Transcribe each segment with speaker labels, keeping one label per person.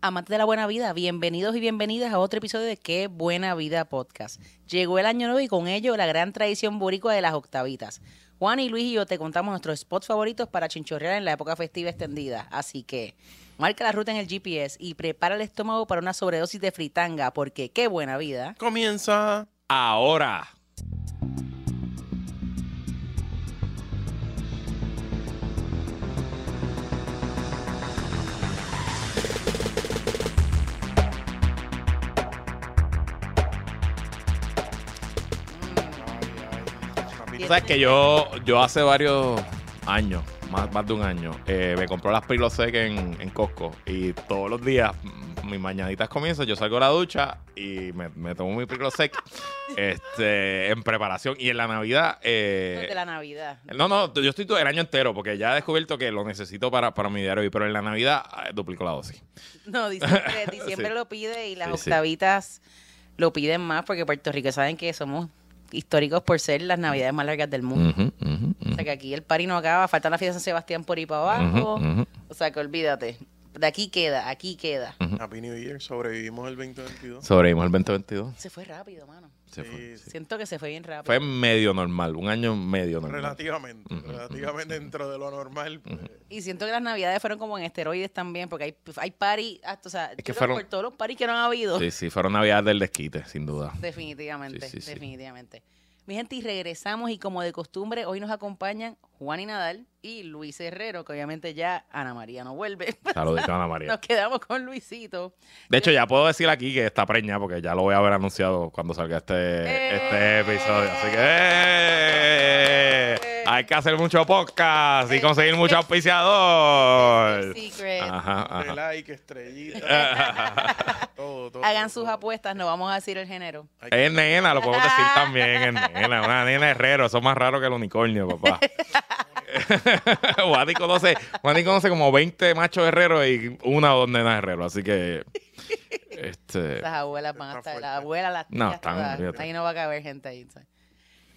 Speaker 1: amantes de la buena vida, bienvenidos y bienvenidas a otro episodio de Qué Buena Vida Podcast. Llegó el año nuevo y con ello la gran tradición boricua de las octavitas. Juan y Luis y yo te contamos nuestros spots favoritos para chinchorrear en la época festiva extendida. Así que marca la ruta en el GPS y prepara el estómago para una sobredosis de fritanga, porque qué buena vida.
Speaker 2: Comienza.
Speaker 3: ahora. O sea, es que yo, yo hace varios años, más, más de un año, eh, me compró las pilos secas en, en Costco y todos los días mm, mis mañanitas comienzan, yo salgo a la ducha y me, me tomo mi pilo sec este, en preparación y en la Navidad... eh,
Speaker 1: de la Navidad.
Speaker 3: no, no, yo estoy todo el año entero porque ya he descubierto que lo necesito para, para mi diario hoy, pero en la Navidad eh, duplico la dosis.
Speaker 1: No, diciembre, diciembre
Speaker 3: Sí.
Speaker 1: lo pide y las
Speaker 3: Sí, sí.
Speaker 1: octavitas lo piden más porque Puerto Rico saben que somos históricos por ser las navidades más largas del mundo.
Speaker 3: Ujú, ujú, ujú.
Speaker 1: O sea que aquí el party no acaba, falta la fiesta de San Sebastián por ahí para abajo.
Speaker 3: Ujú, ujú.
Speaker 1: O sea que olvídate. De aquí queda, aquí queda.
Speaker 2: Happy New Year. Sobrevivimos el 2022.
Speaker 3: Sobrevivimos al 2022.
Speaker 1: Se fue rápido, mano.
Speaker 3: Se fue.
Speaker 2: Sí, sí.
Speaker 1: Siento que se fue bien rápido.
Speaker 3: Fue medio normal, un año medio normal.
Speaker 2: Relativamente. Relativamente dentro de lo normal. pues,
Speaker 1: Y siento que las navidades fueron como en esteroides también, porque hay, hay party, hasta, o sea, yo
Speaker 3: que
Speaker 1: creo
Speaker 3: fueron-
Speaker 1: por todos los parties que no han habido.
Speaker 3: Sí, sí, fueron navidades del desquite, sin duda.
Speaker 1: Definitivamente,
Speaker 3: Sí, sí, sí.
Speaker 1: definitivamente. Mi gente, y regresamos y como de costumbre, hoy nos acompañan Juan y Nadal y Luis Herrero, que obviamente ya Ana María no vuelve.
Speaker 3: Saludito a Ana María.
Speaker 1: Nos quedamos con Luisito.
Speaker 3: De hecho, ya puedo decir aquí que está preña porque ya lo voy a haber anunciado cuando salga este,
Speaker 1: ¡Eh!
Speaker 3: este episodio. Así que ¡eh! hay que hacer mucho podcast y conseguir mucho auspiciador.
Speaker 1: Secret.
Speaker 3: Ajá,
Speaker 2: de
Speaker 3: ajá.
Speaker 2: like, estrellita. todo, todo.
Speaker 1: Hagan sus
Speaker 2: todo.
Speaker 1: apuestas, no vamos a decir el género.
Speaker 2: Hay que-
Speaker 3: Es nena, lo podemos decir también, es nena. Una nena herrero, eso es más raro que el unicornio, papá. Juan y conoce, Juan y conoce como 20 machos herreros y una o dos nenas herreros, así que... Este,
Speaker 1: Las abuelas van a
Speaker 2: Está
Speaker 1: estar,
Speaker 2: fuerte.
Speaker 1: las abuelas, las tías,
Speaker 3: No, están,
Speaker 1: todas.
Speaker 3: olvídate.
Speaker 1: ahí no va a caber gente ahí. ¿sabes?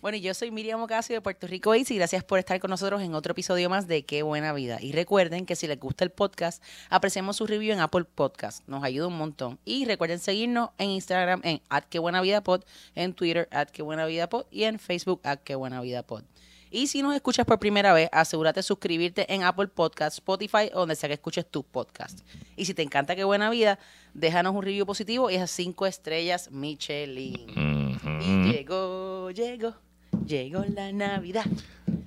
Speaker 1: Bueno, y yo soy Miriam Ocasio de Puerto Rico Ace y gracias por estar con nosotros en otro episodio más de Qué Buena Vida. Y recuerden que si les gusta el podcast, apreciamos su review en Apple Podcast, nos ayuda un montón. Y recuerden seguirnos en Instagram en @quebuenavidapod, en Twitter @quebuenavidapod y en Facebook @quebuenavidapod. Y si nos escuchas por primera vez, asegúrate de suscribirte en Apple Podcasts, Spotify o donde sea que escuches tus podcasts. Y si te encanta Qué Buena Vida, déjanos un review positivo y esas cinco estrellas Michelin. Y
Speaker 3: ujú.
Speaker 1: llegó, llegó, llegó la Navidad.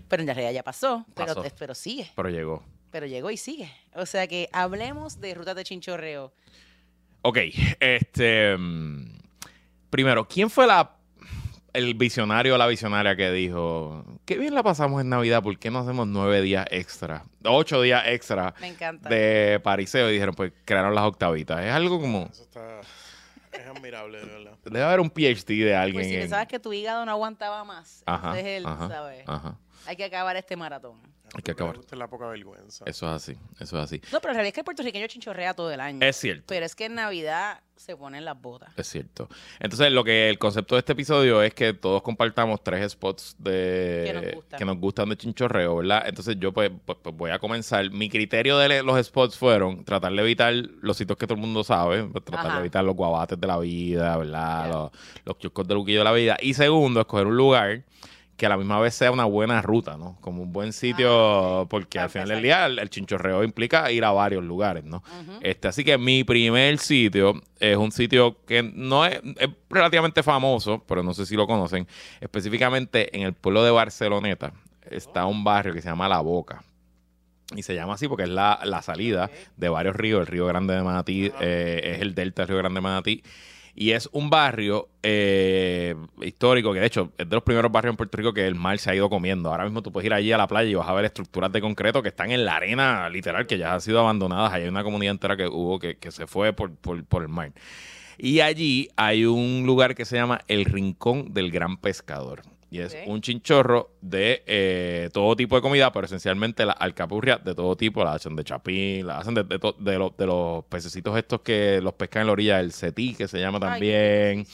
Speaker 1: Pero en realidad ya pasó, pero,
Speaker 3: Pasó.
Speaker 1: pero sigue,
Speaker 3: Pero llegó.
Speaker 1: pero llegó y sigue. O sea que hablemos de rutas de chinchorreo.
Speaker 3: Ok, este. mm, Primero, ¿quién fue la, el visionario o la visionaria que dijo: Qué bien la pasamos en Navidad, ¿por qué no hacemos nueve días extra? Ocho días extra
Speaker 1: Me encanta.
Speaker 3: de pariseo. Y dijeron: Pues crearon las octavitas. Es algo como.
Speaker 2: Eso está. Es admirable, de verdad.
Speaker 3: Debe haber un PhD de alguien.
Speaker 1: Pues si
Speaker 3: en-
Speaker 1: pensabas que tu hígado no aguantaba más,
Speaker 3: Ajá,
Speaker 1: ese es el,
Speaker 3: ajá,
Speaker 1: ¿sabes?
Speaker 3: ajá.
Speaker 1: Hay que acabar este maratón.
Speaker 3: Hay que acabar.
Speaker 2: Usted la poca vergüenza.
Speaker 3: Eso es así, eso es así.
Speaker 1: No, pero en realidad es que el puertorriqueño chinchorrea todo el año.
Speaker 3: Es cierto.
Speaker 1: Pero es que en Navidad se ponen las botas.
Speaker 3: Es cierto. Entonces, lo que el concepto de este episodio es que todos compartamos tres spots de
Speaker 1: Que nos gustan.
Speaker 3: gustan de chinchorreo, ¿verdad? Entonces, yo pues, pues- pues voy a comenzar. Mi criterio de le- los spots fueron tratar de evitar los sitios que todo el mundo sabe, pues, tratar
Speaker 1: Ajá.
Speaker 3: de evitar los guabates de la vida, ¿verdad?
Speaker 1: Ya.
Speaker 3: Los, los chuscos de luquillo de la vida. Y segundo, escoger un lugar que a la misma vez sea una buena ruta, ¿no? Como un buen sitio, porque
Speaker 1: Ah, Para
Speaker 3: al final del
Speaker 1: empezar.
Speaker 3: día el, el chinchorreo implica ir a varios lugares, ¿no?
Speaker 1: Ujú.
Speaker 3: Este, así que mi primer sitio es un sitio que no es, es relativamente famoso, pero no sé si lo conocen. Específicamente en el pueblo de Barceloneta está un barrio que se llama La Boca. Y se llama así porque es la, la salida de varios ríos. El río Grande de Manatí
Speaker 2: Ajá.
Speaker 3: eh, es el delta del río Grande de Manatí. Y es un barrio eh, histórico que, de hecho, es de los primeros barrios en Puerto Rico que el mar se ha ido comiendo. Ahora mismo tú puedes ir allí a la playa y vas a ver estructuras de concreto que están en la arena, literal, que ya han sido abandonadas. Ahí Hay una comunidad entera que hubo que, que se fue por, por, por el mar. Y allí hay un lugar que se llama El Rincón del Gran Pescador. Y es
Speaker 1: Ok.
Speaker 3: un chinchorro de eh, todo tipo de comida, pero esencialmente la alcapurria de todo tipo. La hacen de chapín, la hacen de, de to- de los- de los pececitos estos que los pescan en la orilla del setí, que se llama
Speaker 1: Ay,
Speaker 3: también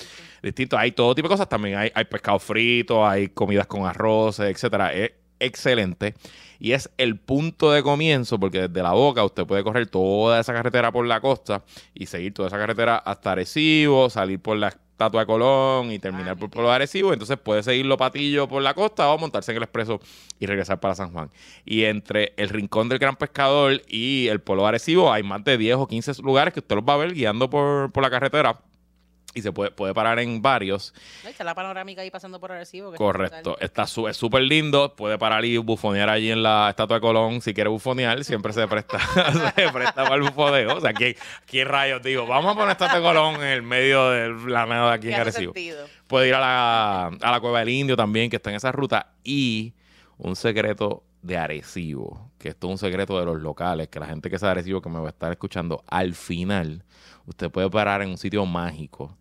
Speaker 3: distinto. Hay todo tipo de cosas. También hay, hay pescado frito, hay comidas con arroz, etcétera. Es excelente y es el punto de comienzo porque desde la boca usted puede correr toda esa carretera por la costa y seguir toda esa carretera hasta Arecibo, salir por la estatua de Colón y terminar
Speaker 1: Ah,
Speaker 3: por Pueblo de Arecibo. Entonces puede seguirlo patillo por la costa o montarse en el expreso y regresar para San Juan. Y entre el Rincón del Gran Pescador y el Pueblo de Arecibo hay más de 10 o 15 lugares que usted los va a ver guiando por, por la carretera. Y se puede, puede parar en varios.
Speaker 1: Ahí está la panorámica ahí pasando por Arecibo. que está
Speaker 3: Correcto.
Speaker 1: brutal.
Speaker 3: Está su- es súper lindo. Puede parar y bufonear allí en la estatua de Colón. Si quiere bufonear, siempre se presta, se presta para el bufoneo. O sea, ¿quién, quién rayos dijo? Vamos a poner estatua de Colón en el medio de la nada aquí
Speaker 1: Que
Speaker 3: en
Speaker 1: hace
Speaker 3: Arecibo.
Speaker 1: sentido.
Speaker 3: Puede ir a la, a la Cueva del Indio también, que está en esa ruta. Y un secreto de Arecibo, que esto es un secreto de los locales, que la gente que sabe Arecibo que me va a estar escuchando, al final, usted puede parar en un sitio mágico,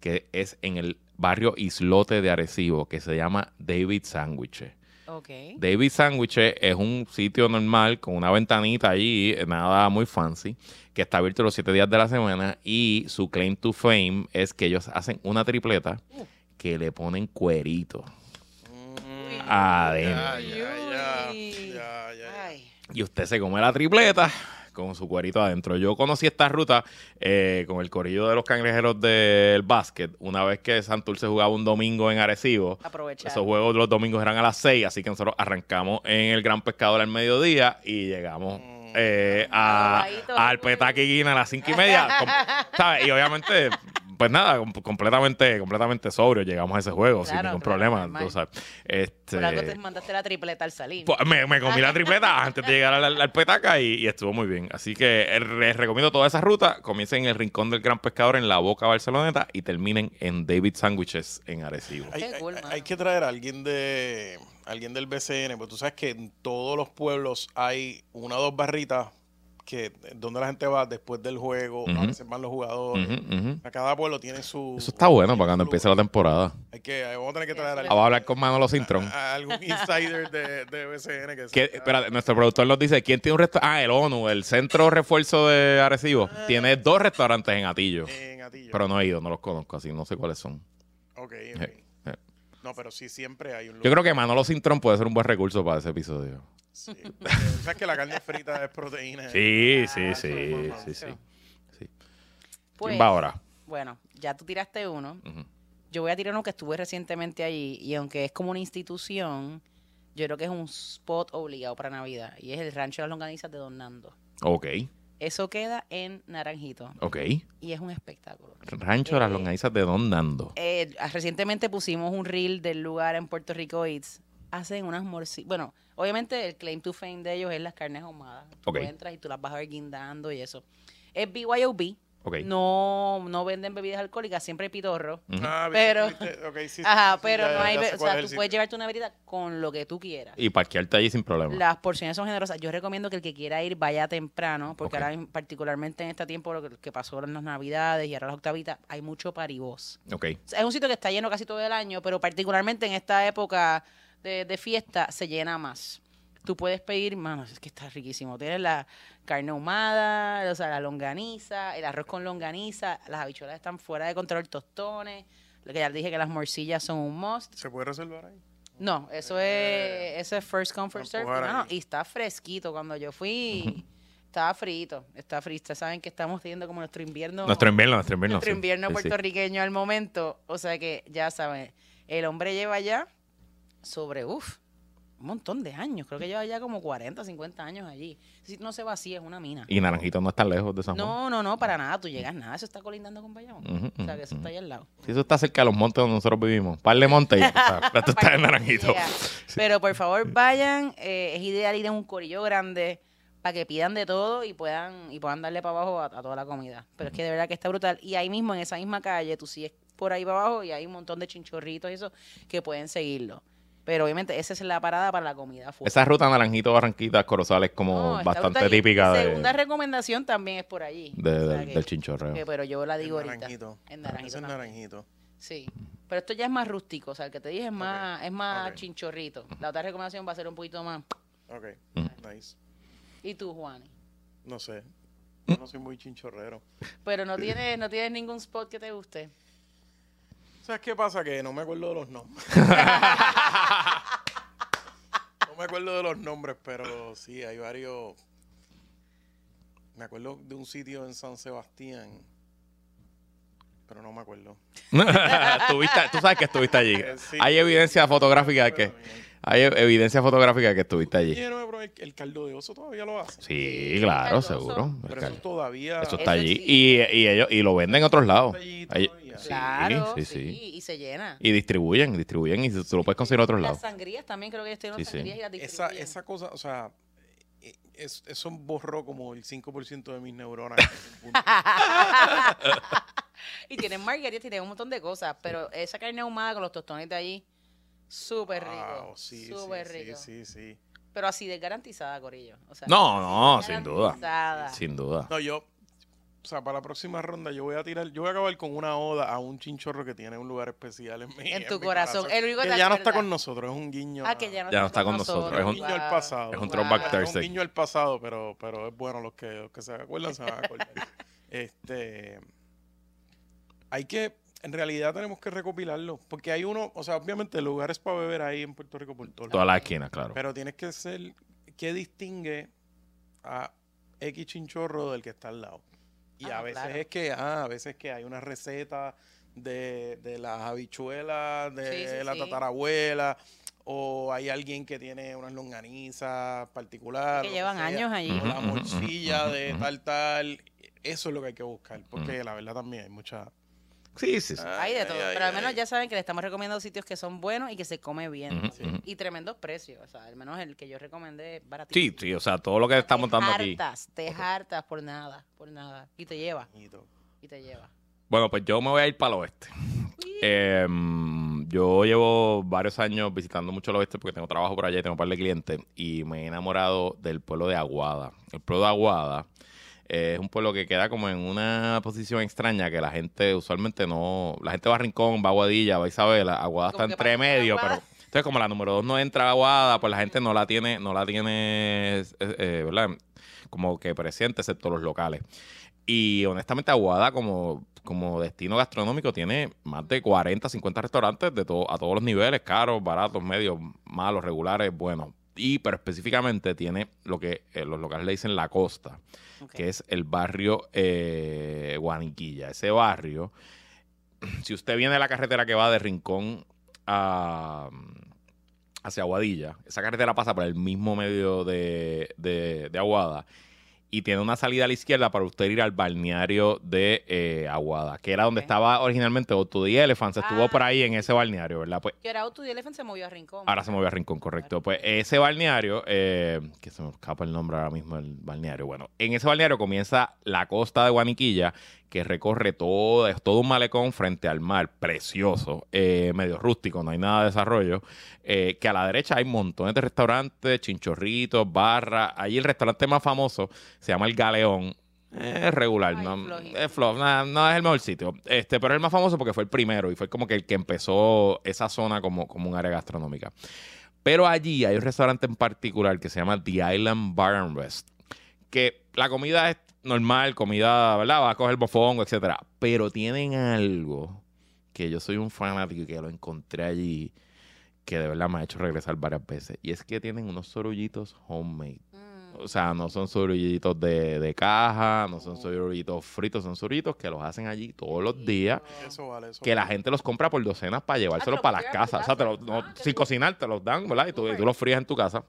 Speaker 3: que es en el barrio Islote de Arecibo, que se llama David Sandwich.
Speaker 1: Ok.
Speaker 3: David Sandwich es un sitio normal con una ventanita allí, nada muy fancy, que está abierto los siete días de la semana y su claim to fame es que ellos hacen una tripleta que le ponen cuerito. Adentro.
Speaker 2: Mm. Ya, ya, ya,
Speaker 1: Uy.
Speaker 2: ya, ya, ya.
Speaker 1: Ay.
Speaker 3: Y usted se come la tripleta con su cuerito adentro. Yo conocí esta ruta eh, con el corrillo de los cangrejeros del básquet. Una vez que Santurce jugaba un domingo en Arecibo,
Speaker 1: Aprovechar.
Speaker 3: Esos juegos los domingos eran a las 6, así que nosotros arrancamos en el Gran Pescador al mediodía y llegamos
Speaker 1: Mm.
Speaker 3: eh, a,
Speaker 1: Aguadito.
Speaker 3: al Petaque Guina a las 5 y media. Com- ¿sabes? Y obviamente, pues nada, com- completamente, completamente sobrio llegamos a ese juego sin
Speaker 1: Claro,
Speaker 3: ningún
Speaker 1: claro,
Speaker 3: problema.
Speaker 1: normal.
Speaker 3: tú sabes. Este,
Speaker 1: Por algo te mandaste la tripleta al salir.
Speaker 3: pues, me, me comí la tripleta antes de llegar al, al petaca y, y estuvo muy bien. Así que eh, les recomiendo toda esa ruta. Comiencen en el Rincón del Gran Pescador, en la Boca Barceloneta y terminen en David Sandwiches en Arecibo.
Speaker 2: Hay,
Speaker 1: Qué
Speaker 2: hay-
Speaker 1: cool,
Speaker 2: hay-
Speaker 1: mano.
Speaker 2: hay que traer a alguien de alguien del BCN, porque pues tú sabes que en todos los pueblos hay una o dos barritas que eh, donde la gente va después del juego, a
Speaker 3: Ujú.
Speaker 2: veces van los jugadores.
Speaker 3: Ujú, ujú.
Speaker 2: A cada pueblo tiene su.
Speaker 3: Eso está bueno
Speaker 2: su
Speaker 3: para cuando
Speaker 2: club.
Speaker 3: empiece la temporada.
Speaker 2: Hay que, eh, vamos a tener que
Speaker 1: Eso
Speaker 2: traer a
Speaker 1: le-
Speaker 3: Ah, va a hablar con Manolo Cintrón.
Speaker 2: a algún insider de, de BCN que
Speaker 3: ¿Qué-
Speaker 2: sea-
Speaker 3: espérate, nuestro productor nos dice, ¿quién tiene un restaurante? Ah, el ONU, el Centro Refuerzo de Arecibo. Tiene dos restaurantes en Atillo.
Speaker 2: en Atillo.
Speaker 3: Pero no he ido, no los conozco, así no sé cuáles son.
Speaker 2: Ok, ok.
Speaker 3: Eh, eh.
Speaker 2: No, pero sí, siempre hay un
Speaker 3: Yo
Speaker 2: lugar.
Speaker 3: creo que Manolo Cintrón puede ser un buen recurso para ese episodio.
Speaker 2: Sí, porque tú sabes que la carne frita es proteína.
Speaker 3: Sí, sí,
Speaker 1: Ah,
Speaker 3: sí,
Speaker 2: claro.
Speaker 3: sí, sí. Sí.
Speaker 1: Pues,
Speaker 3: ¿Quién va ahora?
Speaker 1: Bueno, ya tú tiraste uno.
Speaker 3: Ujú.
Speaker 1: Yo voy a tirar uno que estuve recientemente allí y aunque es como una institución, yo creo que es un spot obligado para Navidad y es el Rancho de las Longanizas de Don Nando.
Speaker 3: Ok,
Speaker 1: Eso queda en Naranjito
Speaker 3: ok.
Speaker 1: y es un espectáculo.
Speaker 3: Rancho de las
Speaker 1: Eh,
Speaker 3: Longanizas de Don Nando.
Speaker 1: Eh, recientemente pusimos un reel del lugar en Puerto Rico Eats. Hacen unas morcillas. Bueno, obviamente el claim to fame de ellos es las carnes ahumadas.
Speaker 3: Ok.
Speaker 1: Tú entras y tú las vas a ver guindando y eso. Es BYOB.
Speaker 3: Ok.
Speaker 1: No, no venden bebidas alcohólicas, siempre hay pitorro.
Speaker 3: Ujú.
Speaker 2: Ah,
Speaker 1: Pero-
Speaker 2: viste, ok, sí, sí,
Speaker 1: Ajá,
Speaker 2: sí,
Speaker 1: pero
Speaker 2: ya-
Speaker 1: no
Speaker 2: ya
Speaker 1: hay.
Speaker 2: sé
Speaker 1: be- O
Speaker 2: cuál es
Speaker 1: sea,
Speaker 2: el
Speaker 1: tú
Speaker 2: sitio.
Speaker 1: puedes llevarte una verita con lo que tú quieras.
Speaker 3: Y parquearte allí sin problema.
Speaker 1: Las porciones son generosas. Yo recomiendo que el que quiera ir vaya temprano, porque
Speaker 3: Ok.
Speaker 1: ahora, en- particularmente en este tiempo, lo que- que pasó en las Navidades y ahora las octavitas, hay mucho paribos.
Speaker 3: Ok.
Speaker 1: O sea, es un sitio que está lleno casi todo el año, pero particularmente en esta época de, de fiesta se llena más. Tú puedes pedir, mano, es que está riquísimo. Tienes la carne ahumada, o sea, la longaniza, el arroz con longaniza, las habichuelas están fuera de control, tostones. Lo que ya dije que las morcillas son un must.
Speaker 2: ¿Se puede reservar ahí?
Speaker 1: No, eso
Speaker 2: Eh,
Speaker 1: es, eso es first come, first serve.
Speaker 2: empujar
Speaker 1: hermano,
Speaker 2: ahí.
Speaker 1: y está fresquito. Cuando yo fui, estaba frito, está frito. Saben que estamos teniendo como nuestro invierno
Speaker 3: Nuestro invierno, nuestro invierno.
Speaker 1: nuestro
Speaker 3: sí.
Speaker 1: invierno
Speaker 3: Sí, sí.
Speaker 1: puertorriqueño al momento. O sea que ya saben, el hombre lleva ya sobre, uff, un montón de años. Creo que lleva ya como 40, 50 años allí. Si no se vacía, es una mina.
Speaker 3: Y Naranjito no está lejos de San Juan.
Speaker 1: No, no, no, para nada. Tú llegas nada. Eso está colindando con Bayamón.
Speaker 3: Ujú,
Speaker 1: O sea que eso
Speaker 3: ujú,
Speaker 1: está ahí al lado.
Speaker 3: Si eso está cerca de los montes donde nosotros vivimos. Par de montes. y, o sea, esto está en naranjito.
Speaker 1: Yeah. Pero por favor, vayan. eh, es ideal ir en un corillo grande para que pidan de todo y puedan y puedan darle para abajo a, a toda la comida. Pero es que de verdad que está brutal. Y ahí mismo, en esa misma calle, tú sigues por ahí para abajo y hay un montón de chinchorritos y eso que pueden seguirlo. Pero obviamente esa es la parada para la comida fuerte.
Speaker 3: Esa ruta naranjito, barranquitas, corozales
Speaker 1: Oh,
Speaker 3: como bastante típica de,
Speaker 1: Segunda recomendación también es por allí.
Speaker 3: de-
Speaker 1: O sea
Speaker 3: del,
Speaker 1: que-
Speaker 3: del chinchorreo.
Speaker 1: que- pero yo la digo
Speaker 2: en
Speaker 1: ahorita.
Speaker 2: naranjito.
Speaker 1: En
Speaker 2: Eso
Speaker 1: naranjito.
Speaker 2: es
Speaker 1: también.
Speaker 2: naranjito.
Speaker 1: Sí. Pero esto ya es más rústico. O sea, el que te dije es más, es más
Speaker 2: ok.
Speaker 1: chinchorrito. La otra recomendación va a ser un poquito más.
Speaker 2: Ok,
Speaker 3: Mm.
Speaker 2: nice.
Speaker 1: ¿Y tú, Juani?
Speaker 2: No sé.
Speaker 3: Mm.
Speaker 2: Yo no soy muy chinchorrero.
Speaker 1: Pero no tienes, no tienes ningún spot que te guste.
Speaker 2: ¿Sabes qué pasa? Que no me acuerdo de los nombres. no me me acuerdo de los nombres, pero sí, hay varios. Me acuerdo de un sitio en San Sebastián, pero no me acuerdo.
Speaker 1: pues.
Speaker 3: Estuviste- tú sabes que estuviste allí.
Speaker 2: Sí.
Speaker 3: Hay evidencia fotográfica de que. Hay e- evidencia fotográfica de que estuviste allí.
Speaker 2: Y no me probé el, el caldo de oso todavía lo hace.
Speaker 3: Sí, claro,
Speaker 1: Caldoso.
Speaker 3: seguro.
Speaker 2: Pero eso todavía.
Speaker 3: Eso
Speaker 1: Eso
Speaker 3: está allí. Y,
Speaker 1: existe.
Speaker 3: y ellos y lo venden en otros lados.
Speaker 2: allí
Speaker 3: Allí-
Speaker 2: todavía.
Speaker 3: sí,
Speaker 1: Claro,
Speaker 3: sí,
Speaker 1: sí,
Speaker 3: sí.
Speaker 1: y se llena.
Speaker 3: Y distribuyen, distribuyen y tú lo puedes conseguir en otros
Speaker 1: Las
Speaker 3: lados.
Speaker 1: sangrías también creo que ellos tienen
Speaker 3: Sí,
Speaker 1: unas
Speaker 3: sí.
Speaker 1: sangrías y las
Speaker 2: Esa,
Speaker 1: distribuyen.
Speaker 2: esa cosa, o sea, eh, es- eso borró como el 5% de mis neuronas. en algún punto.
Speaker 1: Y tienen margaritas y tienen un montón de cosas, pero esa carne ahumada con los tostones de allí, súper rico,
Speaker 2: Wow, sí, sí,
Speaker 1: súper
Speaker 2: sí,
Speaker 1: rico.
Speaker 2: sí, sí.
Speaker 1: Pero así desgarantizada, Corillo. O sea,
Speaker 3: No, no, sin duda.
Speaker 1: garantizada.
Speaker 3: Sin duda.
Speaker 2: No, yo, o sea, para la próxima ronda yo voy a tirar, yo voy a acabar con una oda a un chinchorro que tiene un lugar especial en mi
Speaker 1: En
Speaker 2: mi
Speaker 1: tu corazón. El único que
Speaker 2: que
Speaker 1: te
Speaker 2: ya no está
Speaker 1: acuerdas.
Speaker 2: con nosotros, es un guiño.
Speaker 1: Ah,
Speaker 2: a-
Speaker 1: que ya no,
Speaker 3: Ya no está con nosotros,
Speaker 2: es un
Speaker 1: Wow.
Speaker 2: guiño al pasado.
Speaker 3: Es un
Speaker 1: throwback
Speaker 2: Es un
Speaker 3: Thursday.
Speaker 2: guiño al pasado, pero, pero es bueno los que, los que se acuerdan se van a acordar. este, hay que, en realidad tenemos que recopilarlo, porque hay uno, o sea, obviamente lugares para beber ahí en Puerto Rico por todo.
Speaker 3: Toda la esquina, claro.
Speaker 2: Pero tienes que ser, ¿qué distingue a X chinchorro del que está al lado? Y
Speaker 1: Ah,
Speaker 2: a veces
Speaker 1: claro.
Speaker 2: es que, ah, a veces que hay una receta de, de las habichuelas, de
Speaker 1: Sí, sí,
Speaker 2: la
Speaker 1: sí.
Speaker 2: tatarabuela, o hay alguien que tiene unas longanizas particulares.
Speaker 1: que llevan años allí.
Speaker 2: O la
Speaker 3: Ujú, ujú,
Speaker 2: morcilla
Speaker 3: ujú,
Speaker 2: de
Speaker 3: ujú.
Speaker 2: tal, tal. Eso es lo que hay que buscar, porque la verdad también hay mucha...
Speaker 3: Sí, sí, sí.
Speaker 1: Hay de
Speaker 2: Ay,
Speaker 1: todo,
Speaker 2: ay,
Speaker 1: pero al
Speaker 2: ay,
Speaker 1: menos
Speaker 2: ay.
Speaker 1: ya saben que le estamos recomendando sitios que son buenos y que se come bien.
Speaker 3: Ujú,
Speaker 2: sí.
Speaker 3: ujú.
Speaker 1: Y tremendos precios, o sea, al menos el que yo recomendé es baratito.
Speaker 3: Sí, sí, o sea, todo lo que estamos dando aquí.
Speaker 1: Te hartas, te hartas por nada, por nada. Y te lleva,
Speaker 2: Bonito.
Speaker 1: y te lleva.
Speaker 3: Bueno, pues yo me voy a ir para el oeste. Eh, yo llevo varios años visitando mucho el oeste porque tengo trabajo por allá y tengo un par de clientes y me he enamorado del pueblo de Aguada. El pueblo de Aguada eh, es un pueblo que queda como en una posición extraña que la gente usualmente no... La gente va a Rincón, va a Aguadilla, va a Isabela. Aguada
Speaker 1: Como
Speaker 3: está
Speaker 1: que
Speaker 3: entre
Speaker 1: pasa por
Speaker 3: medio,
Speaker 1: Aguada.
Speaker 3: pero... Entonces, como la número dos no entra a Aguada, pues la gente no la tiene, no la tiene, eh, eh, ¿verdad? Como que presente, excepto los locales. Y honestamente, Aguada como, como destino gastronómico tiene más de 40, 50 restaurantes de todo a todos los niveles, caros, baratos, medios, malos, regulares, buenos. Y, pero específicamente tiene lo que eh, los locales le dicen la costa,
Speaker 1: Ok.
Speaker 3: que es el barrio eh, Guaniquilla. Ese barrio, si usted viene de la carretera que va de Rincón a, hacia Aguadilla, esa carretera pasa por el mismo medio de, de- de Aguada y tiene una salida a la izquierda para usted ir al balneario de eh, Aguada, que era donde
Speaker 1: Ok.
Speaker 3: estaba originalmente Otto the Elephants, estuvo
Speaker 1: Ah,
Speaker 3: por ahí en ese balneario, ¿verdad? Pues
Speaker 1: Que ahora Auto y Elephant se movió a Rincón.
Speaker 3: Ahora se movió a Rincón, correcto. Pues ese balneario, eh, que se me escapa el nombre ahora mismo del balneario. Bueno, en ese balneario comienza la costa de Guaniquilla, que recorre todo, es todo un malecón frente al mar, precioso, eh, medio rústico, no hay nada de desarrollo. eh, que a la derecha hay montones de restaurantes, chinchorritos, barras. Allí el restaurante más famoso se llama El Galeón. Eh, Es regular,
Speaker 1: Ay,
Speaker 3: no,
Speaker 1: flojito.
Speaker 3: es flop, nah, no es el mejor sitio. Este, pero es el más famoso porque fue el primero y fue como que el que empezó esa zona como, como un área gastronómica. Pero allí hay un restaurante en particular que se llama The Island Bar and Rest, que la comida es normal, comida, ¿verdad? Va a coger bofongo, etcétera. Pero tienen algo que yo soy un fanático y que lo encontré allí, que de verdad me ha hecho regresar varias veces. Y es que tienen unos sorullitos homemade.
Speaker 1: Mm.
Speaker 3: O sea, no son sorullitos de, de caja, no son
Speaker 2: Oh.
Speaker 3: sorullitos fritos, son sorullitos que los hacen allí todos los días.
Speaker 2: Eso vale, eso
Speaker 3: Que la
Speaker 2: vale.
Speaker 3: gente los compra por docenas para
Speaker 1: Ah,
Speaker 3: llevárselos
Speaker 1: los
Speaker 3: para las
Speaker 1: llevan a tu
Speaker 3: casas. O sea, te
Speaker 1: casa.
Speaker 3: los- no,
Speaker 1: Ah, qué
Speaker 3: sin
Speaker 1: cool.
Speaker 3: cocinar te los dan, ¿verdad? Y tú, y
Speaker 1: Súper.
Speaker 3: tú los frías en tu casa.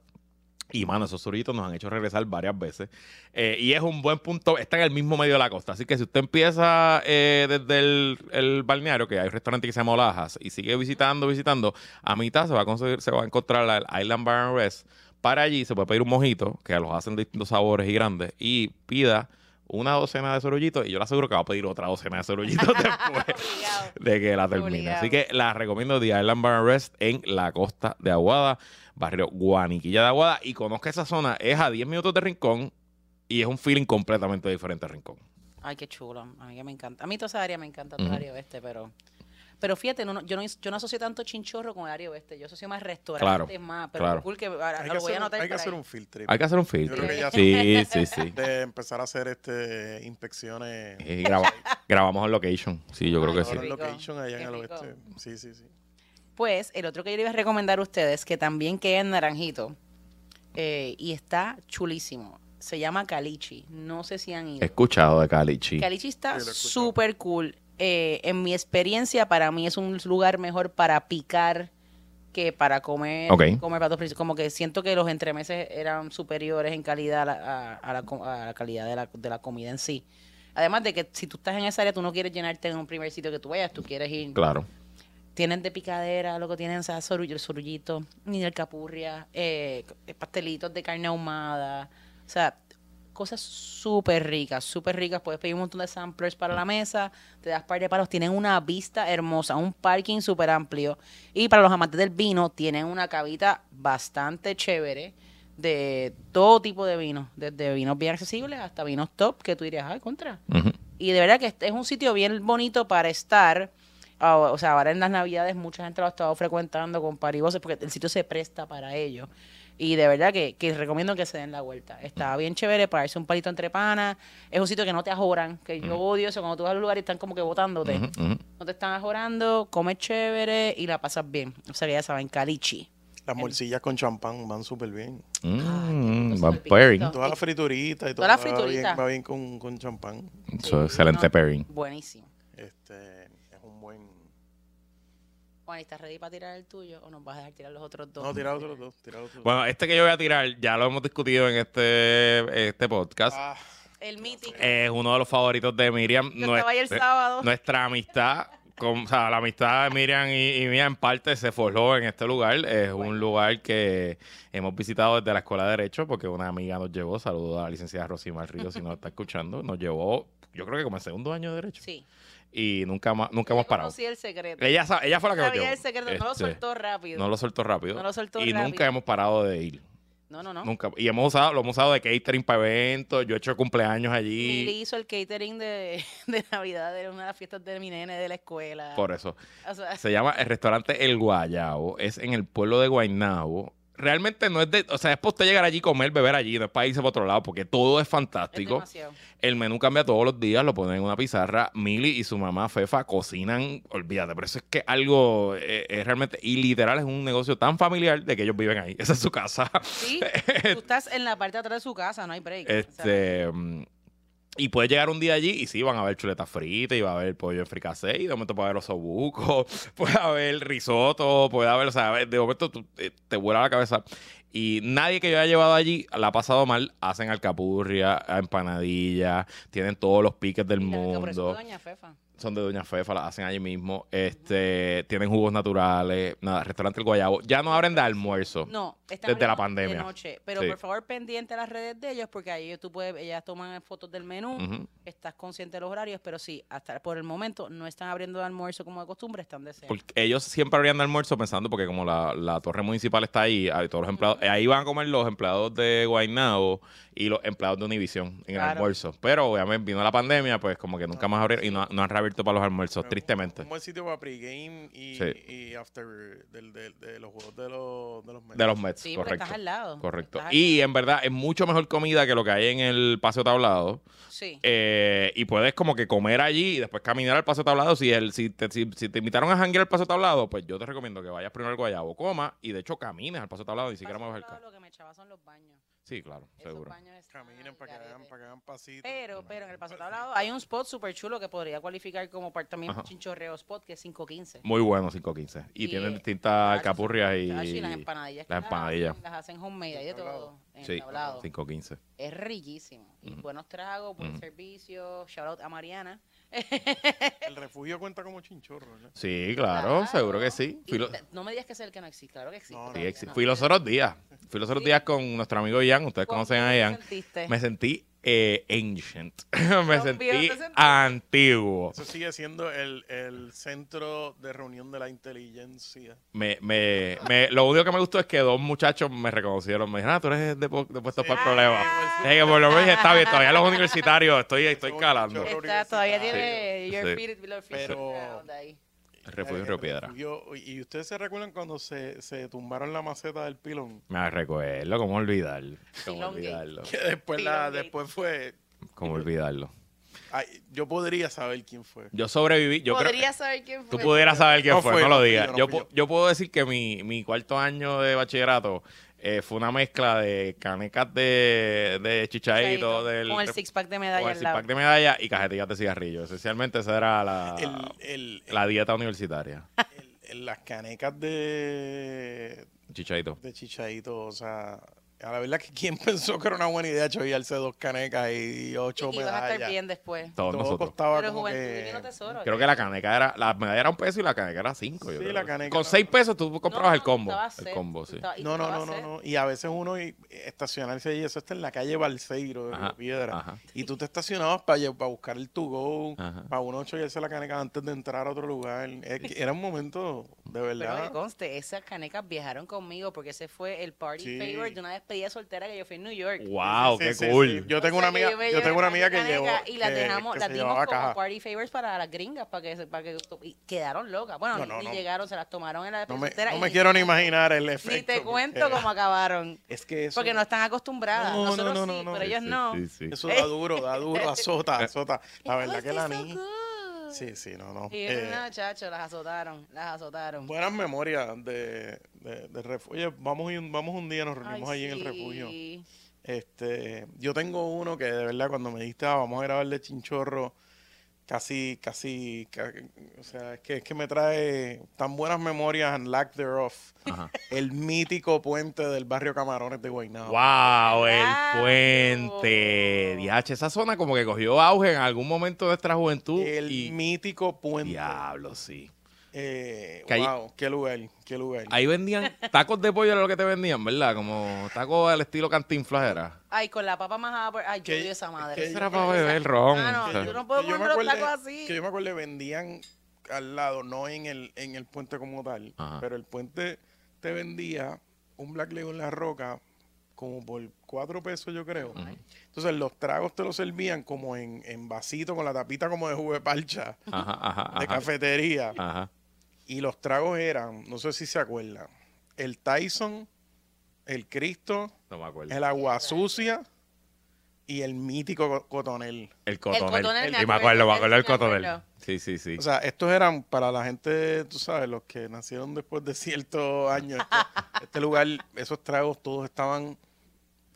Speaker 3: Y, mano, esos sorullitos nos han hecho regresar varias veces. Eh, y es un buen punto. Está en el mismo medio de la costa. Así que si usted empieza eh, desde el, el balneario, que hay un restaurante que se llama Olajas, y sigue visitando, visitando, a mitad se va a, conseguir, se va a encontrar la el Island Bar and Rest. Para allí se puede pedir un mojito, que los hacen de distintos sabores y grandes, y pida una docena de sorullitos, y yo le aseguro que va a pedir otra docena de sorullitos después
Speaker 1: Obligado.
Speaker 3: de que la termine.
Speaker 1: Obligado.
Speaker 3: Así que la recomiendo The Island Bar and Rest en la costa de Aguada, barrio Guaniquilla de Aguada. Y conozca esa zona, es a 10 minutos de Rincón y es un feeling completamente diferente a Rincón.
Speaker 1: Ay, qué chulo. A mí que me encanta. A mí toda esa área me encanta, toda
Speaker 3: Ujú.
Speaker 1: área oeste, pero. Pero fíjate, no- no- yo, no, yo no asocio tanto chinchorro con el área oeste. Yo asocio más restaurantes,
Speaker 3: Claro,
Speaker 1: más. Pero
Speaker 3: claro.
Speaker 1: cool que ahora-
Speaker 2: Hay
Speaker 1: Ah, lo voy a
Speaker 2: que hacer un-
Speaker 1: anotar.
Speaker 2: hay que
Speaker 1: por
Speaker 2: hacer
Speaker 1: ahí.
Speaker 2: un field trip.
Speaker 3: Hay que hacer un
Speaker 2: Yo creo que
Speaker 3: filtro.
Speaker 2: ya
Speaker 3: Sí, sí, sí.
Speaker 2: de empezar a hacer este inspecciones
Speaker 3: Y graba- grabamos en location. Sí, yo creo
Speaker 1: Ay,
Speaker 3: que
Speaker 2: ahora
Speaker 3: Pues
Speaker 1: qué
Speaker 3: sí.
Speaker 2: en
Speaker 1: rico,
Speaker 2: location allá
Speaker 1: qué
Speaker 2: en el
Speaker 1: rico.
Speaker 2: oeste. Sí, sí, sí.
Speaker 1: Pues el otro que yo le iba a recomendar a ustedes, que también queda en Naranjito, eh, y está chulísimo. Se llama Calichi. No sé si han
Speaker 3: He
Speaker 1: ido.
Speaker 3: escuchado de Calichi.
Speaker 1: Calichi está
Speaker 2: Sí, lo he escuchado.
Speaker 1: súper cool. Eh, en mi experiencia, para mí es un lugar mejor para picar que para comer,
Speaker 3: Ok.
Speaker 1: comer platos principales. Como que siento que los entremeses eran superiores en calidad a la, a- a la co- a la calidad de la, de la comida en sí. Además de que si tú estás en esa área, tú no quieres llenarte en un primer sitio que tú vayas, tú quieres ir
Speaker 3: Claro.
Speaker 1: tienen de picadera, lo que tienen o sea, soru- el sorullito, ni el capurria, eh, pastelitos de carne ahumada, o sea, cosas súper ricas, súper ricas. Puedes pedir un montón de samplers para la mesa, te das par de palos, tienen una vista hermosa, un parking súper amplio. Y para los amantes del vino, tienen una cavita bastante chévere de todo tipo de vinos, desde vinos bien accesibles hasta vinos top, que tú dirías, ay, contra.
Speaker 3: Ujú.
Speaker 1: Y de verdad que este es un sitio bien bonito para estar. Ah, O sea, ahora en las navidades mucha gente lo ha estado frecuentando con parivoces porque el sitio se presta para ello. Y de verdad que, que recomiendo que se den la vuelta. Está bien chévere para irse un palito entre panas. Es un sitio que no te ajoran, que yo odio eso. Cuando tú vas a los lugares y están como que botándote.
Speaker 3: Ujú, ujú.
Speaker 1: No te están ajorando, comes chévere y la pasas bien. O sea que ya saben, Calichi.
Speaker 2: Las morcillas con champán van súper bien.
Speaker 3: Mm,
Speaker 1: rico,
Speaker 3: buen
Speaker 1: súper
Speaker 3: pairing.
Speaker 1: picantito.
Speaker 2: Todas las frituritas
Speaker 1: Ah,
Speaker 2: y todo.
Speaker 1: Todas las
Speaker 2: va bien-
Speaker 1: frituritas.
Speaker 2: Va bien con, con champán.
Speaker 3: Eso es excelente
Speaker 1: no.
Speaker 3: pairing.
Speaker 1: Buenísimo.
Speaker 2: Este, es un buen...
Speaker 1: Juan, ¿estás ready para tirar el tuyo o nos vas a dejar tirar los otros dos?
Speaker 2: No, tira otros dos, tira otros dos.
Speaker 3: Bueno, este que yo voy a tirar, ya lo hemos discutido en este, este podcast.
Speaker 2: Ah,
Speaker 1: El mítico.
Speaker 3: Es uno de los favoritos de Miriam.
Speaker 1: Yo estaba ahí el
Speaker 3: Nuestra-
Speaker 1: sábado.
Speaker 3: Nuestra amistad, con, o sea, la amistad de Miriam y, y mía en parte se forjó en este lugar. Es un lugar que hemos visitado desde la Escuela de Derecho porque una amiga nos llevó, saludo a la licenciada Rosimar Río si nos está escuchando, nos llevó, yo creo que como el segundo año de Derecho.
Speaker 1: Sí.
Speaker 3: Y nunca, más, nunca hemos
Speaker 1: Yo
Speaker 3: parado.
Speaker 1: conocí el secreto.
Speaker 3: Ella, sa- ella fue la que nos
Speaker 1: Sabía
Speaker 3: llevó.
Speaker 1: el secreto, no lo
Speaker 3: Este,
Speaker 1: soltó rápido.
Speaker 3: No lo soltó rápido.
Speaker 1: No lo soltó
Speaker 3: y
Speaker 1: rápido.
Speaker 3: nunca hemos parado de ir.
Speaker 1: No, no, no.
Speaker 3: Nunca. Y hemos usado, lo hemos usado de catering para eventos. Yo he hecho cumpleaños allí.
Speaker 1: Mili hizo el catering de, de Navidad de una de las fiestas de mi nene de la escuela.
Speaker 3: Por eso.
Speaker 1: O sea,
Speaker 3: Se llama el restaurante El Guayabo. Es en el pueblo de Guaynabo. Realmente no es de. O sea, es para usted llegar allí, comer, beber allí. No es para irse para otro lado porque todo es
Speaker 1: es
Speaker 3: fantástico.
Speaker 1: demasiado.
Speaker 3: el menú cambia todos los días. Lo ponen en una pizarra. Mili y su mamá Fefa cocinan. Olvídate. Pero eso es que algo. eh, es realmente. Y literal es un negocio tan familiar de que ellos viven ahí. Esa es su casa.
Speaker 1: Sí, tú estás en la parte de atrás de su casa, no hay break. O sea,
Speaker 3: Este. mm, Y puedes llegar un día allí y sí, van a haber chuletas fritas y va a haber pollo en fricasé y de momento puede haber osobucos, puede haber risotto, puede haber, o sea, de momento tú, eh, te vuela la cabeza. Y nadie que yo haya llevado allí la ha pasado mal. Hacen alcapurria, empanadilla, tienen todos los piques del
Speaker 1: mira, que por eso
Speaker 3: mundo.
Speaker 1: fue Doña Fefa.
Speaker 3: Son de Doña Fefa, las hacen allí mismo. Este, tienen jugos naturales, nada, restaurante El Guayabo. Ya no abren de almuerzo.
Speaker 1: No, están
Speaker 3: Desde la
Speaker 1: abriendo
Speaker 3: pandemia.
Speaker 1: De noche, pero
Speaker 3: Sí.
Speaker 1: por favor pendiente a las redes de ellos porque ahí tú puedes, ellas toman fotos del menú,
Speaker 3: Ujú.
Speaker 1: estás consciente de los horarios, pero sí, hasta por el momento no están abriendo de almuerzo como de costumbre, están de cena.
Speaker 3: Porque ellos siempre abrían de almuerzo pensando, porque como la, la torre municipal está ahí, ahí todos los empleados, ahí van a comer los empleados de Guaynabo y los empleados de Univision en el
Speaker 1: Claro.
Speaker 3: almuerzo. Pero obviamente vino la pandemia, pues como que nunca más abrieron y no, no han reabierto para los almuerzos,
Speaker 2: un-
Speaker 3: tristemente.
Speaker 2: Un buen sitio para pregame y,
Speaker 3: Sí.
Speaker 2: y after del, del- de los juegos de los, de los Mets.
Speaker 3: De los Mets,
Speaker 1: sí, porque
Speaker 3: correcto.
Speaker 1: estás al lado. pues,
Speaker 3: Correcto.
Speaker 1: estás al
Speaker 3: Y en verdad es mucho mejor comida que lo que hay en el Paseo Tablado.
Speaker 1: lado. sí.
Speaker 3: Eh, y puedes como que comer allí y después caminar al Paseo Tablado. Si, el, si, te, si, si te invitaron a janguear al Paseo Tablado, pues yo te recomiendo que vayas primero al Guayabo, coma y de hecho camines al Paseo Tablado, ni siquiera
Speaker 1: Paso
Speaker 3: muevas el
Speaker 1: al
Speaker 3: carro.
Speaker 1: lado, Lo que me echaba son los baños.
Speaker 3: Sí, claro,
Speaker 1: Esos
Speaker 3: seguro.
Speaker 1: baños están
Speaker 2: Caminen
Speaker 1: al
Speaker 2: para que
Speaker 1: garete.
Speaker 2: hagan, para que hagan pasito.
Speaker 1: Pero, pero en el paso tablado hay un spot súper chulo que podría cualificar como parte también
Speaker 3: Ajá.
Speaker 1: un chinchorreo spot que es 515.
Speaker 3: Muy bueno 515. Y
Speaker 1: Y,
Speaker 3: tienen
Speaker 1: eh,
Speaker 3: distintas
Speaker 1: Chacho,
Speaker 3: capurrias y,
Speaker 1: chacho, las empanadillas. que
Speaker 3: las empanadillas.
Speaker 1: hacen, Las hacen homemade, hay de todo. En
Speaker 3: Sí, Mm.
Speaker 1: el tablado.
Speaker 3: 515.
Speaker 1: Es riquísimo. Y buenos tragos, buen servicio. Shout out a Mariana.
Speaker 2: El refugio cuenta como chinchorro, ¿no?
Speaker 3: Sí, claro, seguro que sí.
Speaker 1: Y
Speaker 3: Fui, lo-
Speaker 1: te- no me digas que es el que no existe, claro que existe.
Speaker 2: No, no,
Speaker 3: sí,
Speaker 1: Mariana.
Speaker 3: exi- fui los otros días. Fui los otros días con nuestro amigo Ian. Ustedes
Speaker 1: ¿Cómo
Speaker 3: conocen a
Speaker 1: te
Speaker 3: Ian.
Speaker 1: sentiste?
Speaker 3: Me sentí eh, ancient. Me
Speaker 1: Dios mío,
Speaker 3: sentí
Speaker 1: te sentí-
Speaker 3: antiguo.
Speaker 2: Eso sigue siendo el, el centro de reunión de la inteligencia.
Speaker 3: Me, me, me- lo único que me gustó es que dos muchachos me reconocieron. Me dijeron, ah, tú eres de, pu- de puestos
Speaker 2: Sí.
Speaker 3: para el problema.
Speaker 2: Ah.
Speaker 1: pues,
Speaker 3: Dije que por lo menos dije, está bien, todavía los universitarios estoy, estoy
Speaker 2: Son
Speaker 3: calando.
Speaker 2: chinchorros
Speaker 1: Está, todavía
Speaker 2: universitarios.
Speaker 1: tiene
Speaker 3: Sí.
Speaker 1: your
Speaker 3: Sí.
Speaker 1: feet, below feet
Speaker 2: Pero-
Speaker 1: ground ahí.
Speaker 3: Refugio en
Speaker 2: El
Speaker 3: Río Piedra.
Speaker 2: Eh, refugio- y ustedes se recuerdan cuando se, se tumbaron la maceta del pilón.
Speaker 3: Me recuerdo, cómo olvidar. Cómo
Speaker 1: Pilongate.
Speaker 3: olvidarlo.
Speaker 2: Que después, la,
Speaker 1: Pilón Gate.
Speaker 2: después fue.
Speaker 3: Cómo olvidarlo.
Speaker 2: ay, yo podría saber quién fue.
Speaker 3: Yo sobreviví. Yo creo-
Speaker 1: Podría saber quién fue.
Speaker 3: Tú pudieras saber quién
Speaker 2: No
Speaker 3: fue,
Speaker 2: fui,
Speaker 3: no lo
Speaker 2: no fui
Speaker 3: digas.
Speaker 2: yo, no
Speaker 3: Yo,
Speaker 2: fui
Speaker 3: pu- yo puedo decir que mi, mi cuarto año de bachillerato eh, fue una mezcla de canecas de, de chichaíto,
Speaker 1: Chaito,
Speaker 3: del,
Speaker 1: con el six-pack de medalla
Speaker 3: con el
Speaker 1: al lado.
Speaker 3: six-pack de medalla y cajetillas de cigarrillo. Esencialmente esa era la,
Speaker 2: El- el-
Speaker 3: la dieta universitaria.
Speaker 2: el- el- las canecas de,
Speaker 3: Chichaíto.
Speaker 2: de Chichaito, o sea, a la verdad que quién pensó que era una buena idea choviarse dos canecas y
Speaker 1: Y
Speaker 2: ocho
Speaker 1: que ibas a estar
Speaker 2: medallas.
Speaker 1: bien después.
Speaker 3: Todos
Speaker 2: Todo
Speaker 3: nosotros.
Speaker 2: costaba
Speaker 1: Pero
Speaker 2: como
Speaker 1: juventud,
Speaker 2: que...
Speaker 1: divino tesoro.
Speaker 3: Creo que la caneca era, la medalla era un peso y la caneca era cinco. yo
Speaker 2: Sí,
Speaker 3: creo.
Speaker 2: la caneca
Speaker 3: Con
Speaker 2: no-
Speaker 3: seis pesos tú comprabas
Speaker 1: No,
Speaker 3: el
Speaker 1: no,
Speaker 3: combo.
Speaker 1: estaba
Speaker 3: el
Speaker 1: set,
Speaker 3: combo, sí.
Speaker 1: estaba- y
Speaker 2: No, no,
Speaker 1: estaba
Speaker 2: no, no,
Speaker 1: set.
Speaker 2: no. Y a veces uno y- estacionarse y eso está en la calle Balseiro de
Speaker 3: Ajá,
Speaker 2: Río Piedra.
Speaker 3: ajá.
Speaker 2: Y tú te estacionabas para, buscar el to go,
Speaker 3: Ajá.
Speaker 2: para uno chocarse la caneca antes de entrar a otro lugar. Es que Era un momento de
Speaker 1: Pero que
Speaker 2: verdad.
Speaker 1: conste, esas canecas viajaron conmigo porque ese fue el party
Speaker 2: Sí.
Speaker 1: favor de una despedida soltera que yo fui en New York.
Speaker 3: Wow,
Speaker 2: Sí,
Speaker 3: Oh, qué
Speaker 2: sí, sí.
Speaker 3: cool.
Speaker 2: Yo tengo
Speaker 1: O
Speaker 2: una
Speaker 1: sea,
Speaker 2: amiga,
Speaker 1: yo me
Speaker 2: yo
Speaker 1: llevé
Speaker 2: tengo una amiga que
Speaker 1: caneca
Speaker 2: llevó
Speaker 1: Y las
Speaker 2: que-
Speaker 1: dejamos,
Speaker 2: que
Speaker 1: las
Speaker 2: se
Speaker 1: dimos
Speaker 2: llevaba
Speaker 1: como
Speaker 2: caja.
Speaker 1: party favors para las gringas, para que, se- para que y quedaron locas. Bueno,
Speaker 2: No,
Speaker 1: ni-
Speaker 2: no,
Speaker 1: ni
Speaker 2: no.
Speaker 1: llegaron, se las tomaron en la
Speaker 2: No
Speaker 1: despedida
Speaker 2: me,
Speaker 1: soltera
Speaker 2: no
Speaker 1: y
Speaker 2: me
Speaker 1: ni-
Speaker 2: quiero ni imaginar el efecto.
Speaker 1: Ni te
Speaker 2: porque- eh,
Speaker 1: cuento cómo acabaron.
Speaker 2: Es que eso,
Speaker 1: Porque no están acostumbradas.
Speaker 2: No, no,
Speaker 1: Nosotros
Speaker 2: no,
Speaker 1: sí,
Speaker 2: no, no.
Speaker 1: pero
Speaker 3: Sí,
Speaker 1: ellos
Speaker 3: sí,
Speaker 1: no.
Speaker 3: sí, Eh. sí.
Speaker 2: eso da duro, da duro, azota, azota. La verdad
Speaker 1: It
Speaker 2: que la
Speaker 1: was so
Speaker 2: niña...
Speaker 1: good.
Speaker 2: Sí, sí, no, no.
Speaker 1: Y
Speaker 2: Eh,
Speaker 1: no, chacho, las azotaron, las azotaron.
Speaker 2: Buenas memorias de, de, de ref- Oye, vamos, un- vamos un día, nos reunimos
Speaker 1: Ay,
Speaker 2: allí en el
Speaker 1: sí.
Speaker 2: refugio. Este, yo tengo uno que de verdad cuando me dijiste, "Ah, vamos a grabar de chinchorro, casi, casi, ca- o sea, es que, es que me trae tan buenas memorias and lack thereof.
Speaker 3: Ajá.
Speaker 2: El mítico puente del barrio Camarones de Guaynabo.
Speaker 3: Wow, el
Speaker 1: Claro.
Speaker 3: puente. Diache, esa zona como que cogió auge en algún momento de nuestra juventud.
Speaker 2: El
Speaker 3: y...
Speaker 2: mítico puente.
Speaker 3: Diablo, sí.
Speaker 2: Eh,
Speaker 3: Que ahí-
Speaker 2: wow, qué lugar, qué lugar.
Speaker 3: Ahí vendían tacos de pollo, era lo que te vendían, ¿verdad? Como tacos al estilo cantinflas era.
Speaker 1: Ay, con la papa más por... Ay, yo
Speaker 2: Que-
Speaker 1: odio esa madre.
Speaker 2: que
Speaker 3: Eso era para beber ron.
Speaker 1: Ah, no,
Speaker 3: o sea.
Speaker 1: yo no puedo
Speaker 2: que yo me
Speaker 1: comer los
Speaker 2: acuerde-
Speaker 1: tacos así.
Speaker 2: Que yo me acuerdo que vendían al lado, no en el, en el puente como tal,
Speaker 3: Ajá.
Speaker 2: pero el puente te vendía un Black Label en la roca como por cuatro pesos, yo creo. Entonces los tragos te los servían como en, en vasito con la tapita como de jugo de parcha,
Speaker 3: Ajá, ajá,
Speaker 2: de
Speaker 3: ajá.
Speaker 2: cafetería.
Speaker 1: Ah.
Speaker 3: Ajá.
Speaker 2: Y los tragos eran, no sé si se acuerdan, el Tyson, el Cristo,
Speaker 3: No me acuerdo.
Speaker 2: el Agua Sucia y el mítico co- cotonel.
Speaker 3: El cotonel.
Speaker 1: El cotonel, me
Speaker 3: Sí, me acuerdo,
Speaker 1: acuerdo,
Speaker 3: me acuerdo del
Speaker 1: ese me
Speaker 3: cotonel.
Speaker 1: acuerdo.
Speaker 3: Sí, sí, sí.
Speaker 2: O sea, estos eran para la gente, tú sabes, los que nacieron después de ciertos años. Este, este lugar, esos tragos todos estaban,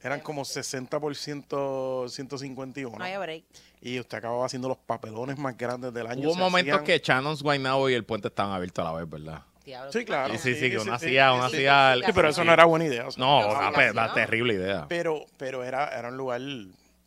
Speaker 2: eran como 60 por 151.
Speaker 1: No hay break.
Speaker 2: Y usted acababa haciendo los papelones más grandes del año.
Speaker 3: Hubo
Speaker 2: se
Speaker 3: momentos
Speaker 2: hacían-
Speaker 3: que Shannon's Guaynabo y el puente estaban abiertos a la vez, ¿verdad?
Speaker 1: Diablo,
Speaker 2: Sí,
Speaker 1: tú
Speaker 2: claro.
Speaker 3: Sí,
Speaker 1: imaginas.
Speaker 3: sí, sí, que uno
Speaker 2: sí,
Speaker 3: hacía,
Speaker 2: sí,
Speaker 3: uno
Speaker 2: sí,
Speaker 3: hacía. el-
Speaker 2: Sí, pero eso no era buena idea. o sea,
Speaker 3: No,
Speaker 1: Una
Speaker 3: una, pe- una
Speaker 1: obligación.
Speaker 3: terrible idea.
Speaker 2: Pero, pero era, era un lugar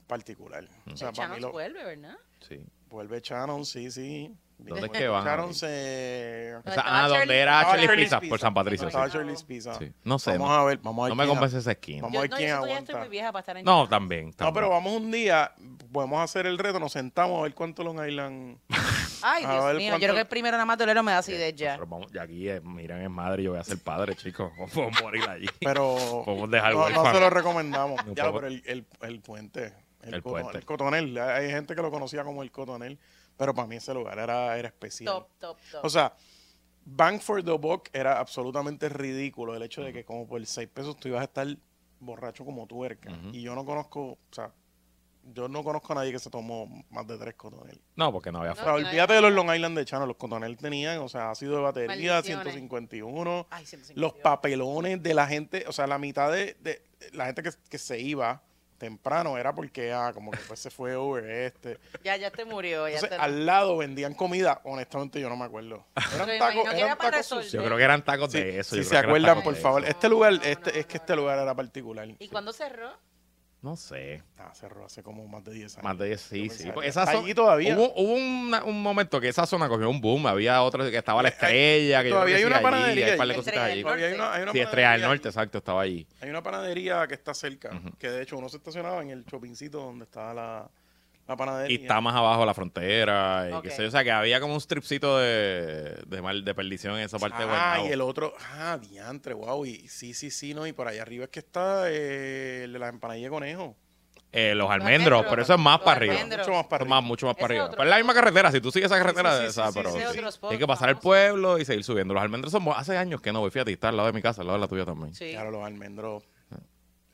Speaker 2: particular. O sea,
Speaker 1: El
Speaker 2: para mí
Speaker 1: Chanos
Speaker 2: lo,
Speaker 1: vuelve, ¿verdad?
Speaker 3: Sí.
Speaker 2: vuelve Shannon, sí, sí.
Speaker 3: ¿Dónde es que van,
Speaker 2: Shannon
Speaker 3: Eric?
Speaker 2: se...
Speaker 1: No,
Speaker 3: O sea,
Speaker 1: estaba
Speaker 3: ah, donde
Speaker 1: Charlie-
Speaker 3: era
Speaker 2: Estaba
Speaker 3: Charlie
Speaker 2: Charlie's
Speaker 3: Pizza,
Speaker 2: Pizza.
Speaker 3: por San Patricio.
Speaker 2: Estaba
Speaker 1: Exacto.
Speaker 2: Charlie's Pizza.
Speaker 3: Sí. No sé,
Speaker 2: Vamos
Speaker 3: no-
Speaker 2: a ver, vamos a ver.
Speaker 3: No me
Speaker 2: quién-
Speaker 3: convence esa esquina.
Speaker 2: Vamos
Speaker 1: Yo,
Speaker 2: a ver
Speaker 1: no,
Speaker 2: quién
Speaker 1: yo todavía estoy
Speaker 2: aguanta.
Speaker 1: muy vieja para estar en
Speaker 3: No,
Speaker 1: Chanos.
Speaker 3: también.
Speaker 2: No, pero
Speaker 3: también.
Speaker 2: vamos un día, podemos hacer el reto, nos sentamos a ver cuánto Long Island.
Speaker 1: Ay,
Speaker 2: A
Speaker 1: Dios
Speaker 2: ver
Speaker 1: mío.
Speaker 2: cuánto-
Speaker 1: Yo creo que el primero nada más dolero me da así de ya.
Speaker 3: Nosotros vamos- y aquí, eh, miran en madre, yo voy a ser padre, chicos. Podemos morir allí.
Speaker 2: Pero
Speaker 3: Podemos dejar
Speaker 2: no, no
Speaker 3: huérfano.
Speaker 2: se lo recomendamos.
Speaker 3: No
Speaker 2: ya, lo,
Speaker 3: puedo.
Speaker 2: pero el, el- el puente, el,
Speaker 3: El
Speaker 2: coto-
Speaker 3: puente.
Speaker 2: el cotonel, hay gente que lo conocía como el cotonel, pero para mí ese lugar era, era especial.
Speaker 1: Top, top, top.
Speaker 2: O sea, Bank for the Buck era absolutamente ridículo el hecho de que como por 6 pesos tú ibas a estar borracho como tuerca. Y yo no conozco, o sea, yo no conozco a nadie que se tomó más de tres cotonel.
Speaker 3: No, porque no había
Speaker 2: O
Speaker 3: forma.
Speaker 2: sea,
Speaker 1: No,
Speaker 2: olvídate de los Long Island de Chano, los cotonel tenían, o sea, ácido de batería,
Speaker 1: Maldiciones. Ah,
Speaker 2: 151,
Speaker 1: Ay, 151.
Speaker 2: los papelones de la gente, o sea, la mitad de, de- la gente que, que se iba temprano era porque, ah, como que pues se fue over este.
Speaker 1: Ya, ya te murió. Ya
Speaker 2: Entonces,
Speaker 1: te...
Speaker 2: al lado vendían comida, honestamente yo no me acuerdo.
Speaker 1: Pero
Speaker 2: Eran
Speaker 1: imagino
Speaker 2: tacos,
Speaker 1: que
Speaker 2: eran
Speaker 1: era para
Speaker 2: tacos
Speaker 1: resolver.
Speaker 2: sucios.
Speaker 3: Yo creo que eran tacos
Speaker 2: Sí,
Speaker 3: de eso.
Speaker 2: si
Speaker 3: yo
Speaker 2: se
Speaker 3: creo que eran
Speaker 2: acuerdan,
Speaker 3: tacos
Speaker 2: por
Speaker 3: de
Speaker 2: favor.
Speaker 3: eso.
Speaker 2: Este lugar,
Speaker 1: No,
Speaker 2: este,
Speaker 1: no,
Speaker 2: es que
Speaker 1: no,
Speaker 2: este
Speaker 1: no.
Speaker 2: lugar era particular.
Speaker 1: ¿Y cuándo cerró?
Speaker 3: No sé.
Speaker 2: Ah, cerró hace como más de 10 años.
Speaker 3: Más de 10, sí,
Speaker 2: Yo
Speaker 3: sí.
Speaker 2: pensaba
Speaker 3: Pues
Speaker 2: que
Speaker 3: esa
Speaker 2: está
Speaker 3: zona-
Speaker 2: allí todavía.
Speaker 3: Hubo, hubo una- un momento que esa zona cogió un boom. Había otro que estaba la estrella. Que yo
Speaker 2: todavía
Speaker 3: creo que sigue
Speaker 2: hay una
Speaker 3: allí,
Speaker 2: panadería
Speaker 3: Hay un
Speaker 2: ahí.
Speaker 3: par de
Speaker 1: Estrella
Speaker 3: cositas
Speaker 1: del
Speaker 3: allí.
Speaker 1: Norte.
Speaker 2: Todavía hay una, hay una
Speaker 3: Sí, Estrella del
Speaker 2: panadería-
Speaker 3: Norte, exacto, estaba allí.
Speaker 2: Hay una panadería que está cerca, que de hecho uno se estacionaba en el chopincito donde estaba la, la
Speaker 3: Y
Speaker 2: panadería.
Speaker 3: está más abajo la frontera. Y qué
Speaker 1: Ok.
Speaker 3: sé yo. O sea, que había como un stripcito de, de, mal, de perdición en esa parte pues, de
Speaker 2: Ah,
Speaker 3: Guaynabo.
Speaker 2: y el otro, ah, diantre, wow, y sí, sí, sí, no, y por allá arriba es que está eh, el de las empanadillas de conejo.
Speaker 3: Eh, los
Speaker 1: Los
Speaker 3: almendros,
Speaker 1: almendros,
Speaker 3: pero eso es más
Speaker 1: los
Speaker 3: para arriba.
Speaker 1: almendros.
Speaker 2: Mucho más
Speaker 3: Eso
Speaker 2: para
Speaker 3: es más-
Speaker 2: arriba.
Speaker 3: mucho más
Speaker 1: Ese
Speaker 3: para arriba.
Speaker 1: otro
Speaker 3: Pero es la misma
Speaker 1: spot.
Speaker 3: carretera. Si tú sigues esa carretera,
Speaker 2: sí, sí,
Speaker 3: esa-
Speaker 2: sí,
Speaker 3: pero
Speaker 2: sí,
Speaker 1: ese
Speaker 3: sí.
Speaker 1: otro spot
Speaker 3: tienes que pasar el
Speaker 1: famoso.
Speaker 3: pueblo y seguir subiendo. Los almendros son bu- hace años que no voy. Fíjate, está al lado de mi casa, al lado de la tuya también.
Speaker 1: Sí.
Speaker 2: Claro, los almendros.
Speaker 3: Ah.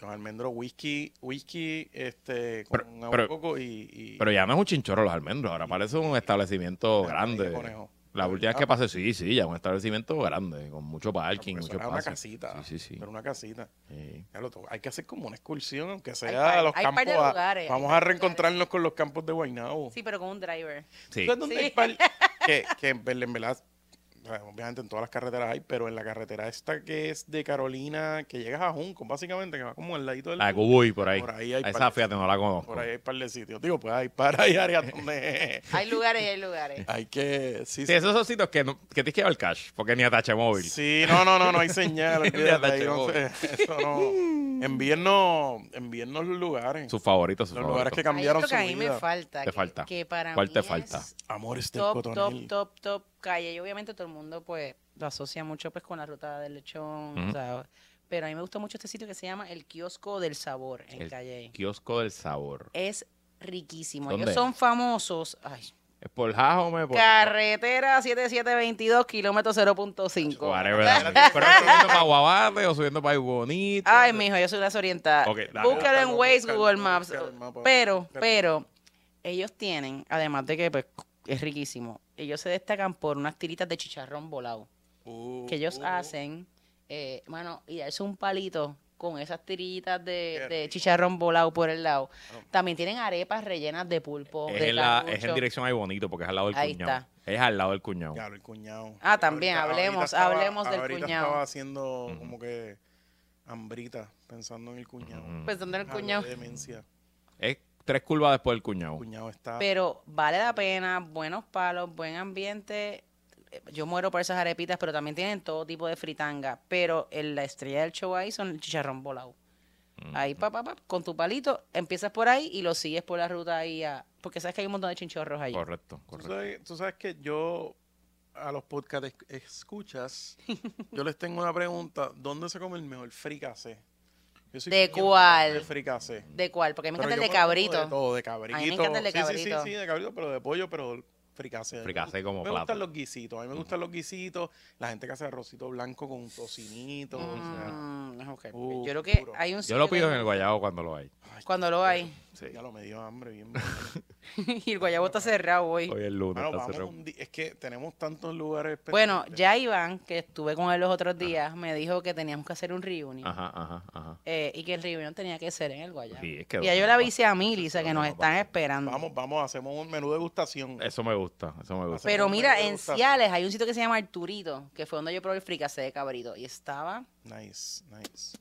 Speaker 2: Los almendros whisky, whisky, este, con
Speaker 3: Pero-
Speaker 2: agua de
Speaker 3: pero-
Speaker 2: coco y, y
Speaker 3: Pero ya no es un chinchorro los almendros. Ahora parece un establecimiento
Speaker 2: empanadilla
Speaker 3: grande.
Speaker 2: de conejo.
Speaker 3: La última vez que
Speaker 2: Ah.
Speaker 3: pasé, sí, sí, ya un establecimiento grande, con mucho parking,
Speaker 2: Pero eso
Speaker 3: mucho
Speaker 2: era una
Speaker 3: espacio.
Speaker 2: casita.
Speaker 3: Sí, sí, sí.
Speaker 2: Era una casita.
Speaker 3: Sí.
Speaker 2: Ya lo to- Hay que hacer como una excursión, aunque sea
Speaker 1: par-
Speaker 2: a los
Speaker 1: hay par
Speaker 2: campos.
Speaker 1: de
Speaker 2: a-
Speaker 1: lugares,
Speaker 2: vamos
Speaker 1: hay par
Speaker 2: a
Speaker 1: de
Speaker 2: reencontrarnos con los campos de Guaynabo.
Speaker 1: Sí, pero con un driver.
Speaker 3: Sí.
Speaker 2: ¿Sabes dónde
Speaker 1: Sí.
Speaker 2: hay par- que, que en verdad, en verdad, o sea, obviamente en todas las carreteras hay, pero en la carretera esta que es de Carolina, que llegas a Junco, básicamente, que va como al ladito del...
Speaker 3: La de Cubuy, por ahí.
Speaker 2: Por ahí hay
Speaker 3: A esa,
Speaker 2: par-
Speaker 3: fíjate, no la conozco.
Speaker 2: por ahí hay par de sitios. Digo, pues hay para hay áreas donde
Speaker 1: Hay lugares y hay lugares.
Speaker 2: hay que... Sí,
Speaker 3: Sí,
Speaker 2: sí.
Speaker 3: esos son sitios que, no- que tienes que llevar cash, porque ni atache móvil.
Speaker 2: Sí, no, no, no, no hay señal.
Speaker 3: De
Speaker 2: olvídate, ahí no
Speaker 3: atache
Speaker 2: sé, eso no. Envíennos, envíennos los lugares.
Speaker 3: Sus favoritos, sus
Speaker 2: los lugares que
Speaker 3: favoritos.
Speaker 2: cambiaron
Speaker 1: hay otro
Speaker 2: su
Speaker 1: que a mí me
Speaker 2: vida.
Speaker 1: falta.
Speaker 3: Te
Speaker 1: que-
Speaker 3: falta.
Speaker 1: Que para
Speaker 3: ¿Cuál
Speaker 1: mí
Speaker 3: te falta?
Speaker 1: es
Speaker 2: Amores del
Speaker 1: Top, top,
Speaker 2: cotonel.
Speaker 1: top, top calle. Y obviamente todo el mundo pues lo asocia mucho pues con la ruta del lechón.
Speaker 3: Ujú.
Speaker 1: o sea, pero a mí me gusta mucho este sitio que se llama El Kiosco del Sabor en
Speaker 3: El-
Speaker 1: Calle.
Speaker 3: Kiosco del sabor.
Speaker 1: Es riquísimo.
Speaker 3: ¿Dónde?
Speaker 1: Ellos son famosos. Ay,
Speaker 3: ¿Es por Jajome? Por...
Speaker 1: Carretera 7722, kilómetro 0.5.
Speaker 3: Whatever, dale. Pero es subiendo para Guabate o subiendo para Bonito.
Speaker 1: Ay, mijo, yo soy desorientada.
Speaker 3: Ok,
Speaker 1: Búscalo
Speaker 3: dale.
Speaker 1: en
Speaker 2: Búscalo,
Speaker 1: Waze,
Speaker 2: búscalo,
Speaker 1: Google Maps.
Speaker 2: búscalo en mapa.
Speaker 1: Pero,
Speaker 2: Búscalo.
Speaker 1: pero, ellos tienen, además de que pues, es riquísimo, ellos se destacan por unas tiritas de chicharrón volado
Speaker 2: Uh,
Speaker 1: que ellos
Speaker 2: uh,
Speaker 1: hacen, eh, mano, y darse un palito con esas tiritas de,
Speaker 2: Qué
Speaker 1: de
Speaker 2: rico.
Speaker 1: chicharrón volado por el lado.
Speaker 2: Ah.
Speaker 1: También tienen arepas rellenas de pulpo,
Speaker 3: es,
Speaker 1: de
Speaker 3: en la, es en
Speaker 1: carrucho.
Speaker 3: dirección ahí Bonito, porque es al lado del
Speaker 1: Ahí
Speaker 3: cuñado.
Speaker 1: está.
Speaker 3: Es al lado del cuñado.
Speaker 2: Claro, el cuñado.
Speaker 1: Ah, también, hablemos, hablemos del
Speaker 2: ahorita
Speaker 1: cuñado.
Speaker 2: estaba haciendo como que hambrita, pensando en el cuñado.
Speaker 3: Ujú.
Speaker 1: Pensando en el
Speaker 2: Algo de
Speaker 1: cuñado.
Speaker 2: demencia.
Speaker 3: Es tres curvas después del cuñado.
Speaker 2: El cuñado está...
Speaker 1: Pero vale la pena, buenos palos, buen ambiente. Eh, Yo muero por esas arepitas, pero también tienen todo tipo de fritanga. Pero el- la estrella del show ahí son el chicharrón volado.
Speaker 3: Mm.
Speaker 1: Ahí, pa, pa, pa, con tu palito, empiezas por ahí y lo sigues por la ruta ahí a... Porque sabes que hay un montón de chinchorros ahí.
Speaker 3: Correcto,
Speaker 2: ¿Tú
Speaker 3: correcto.
Speaker 2: sabes, tú sabes que yo a los podcast esc- escuchas, yo les tengo una pregunta. ¿Dónde se come el mejor fricase?
Speaker 1: ¿De cuál?
Speaker 2: De fricase.
Speaker 1: ¿De cuál? Porque a mí me
Speaker 2: Pero
Speaker 1: encanta el
Speaker 2: yo
Speaker 1: de
Speaker 2: como
Speaker 1: cabrito.
Speaker 2: De todo, de cabrito.
Speaker 1: A mí me encanta el de
Speaker 2: Sí, sí, sí,
Speaker 1: cabrito.
Speaker 2: sí, de cabrito, pero de pollo, pero fricase.
Speaker 3: Fricasé como
Speaker 2: me
Speaker 3: plato.
Speaker 2: gustan los guisitos, a mí me gustan los guisitos, la gente que hace arrocito blanco con tocinito. o sea,
Speaker 1: Mm, ok.
Speaker 2: Uh,
Speaker 1: Yo creo que
Speaker 2: duro.
Speaker 1: hay un
Speaker 3: Yo
Speaker 1: sitio
Speaker 3: lo
Speaker 1: que-
Speaker 3: pido en el guayabo cuando lo hay.
Speaker 1: Cuando lo hay.
Speaker 2: sí, ya lo me dio hambre bien.
Speaker 1: y el guayabo está cerrado hoy.
Speaker 3: Hoy es lunes.
Speaker 2: Mano,
Speaker 3: está
Speaker 2: vamos
Speaker 3: cerrado.
Speaker 2: un di- es que tenemos tantos lugares.
Speaker 1: Bueno,
Speaker 2: pendientes.
Speaker 1: ya Iván, que estuve con él los otros días, me dijo que teníamos que hacer un reunion.
Speaker 3: Ajá, ajá, ajá.
Speaker 1: eh, y que el reunión tenía que ser en el Guayabo.
Speaker 3: Sí, es que
Speaker 1: y ya
Speaker 3: no
Speaker 1: yo le
Speaker 3: va.
Speaker 1: avisé a Mili, o sea, que nos
Speaker 3: no va.
Speaker 1: están esperando.
Speaker 2: Vamos, vamos, hacemos un menú degustación.
Speaker 3: Eso me gusta, eso me gusta.
Speaker 1: Pero
Speaker 2: Hacemos un
Speaker 1: mira,
Speaker 2: menú
Speaker 1: en
Speaker 2: degustación.
Speaker 1: Ciales hay un sitio que se llama Arturito, que fue donde yo probé el fricasé de cabrito. Y estaba
Speaker 2: Nice, nice.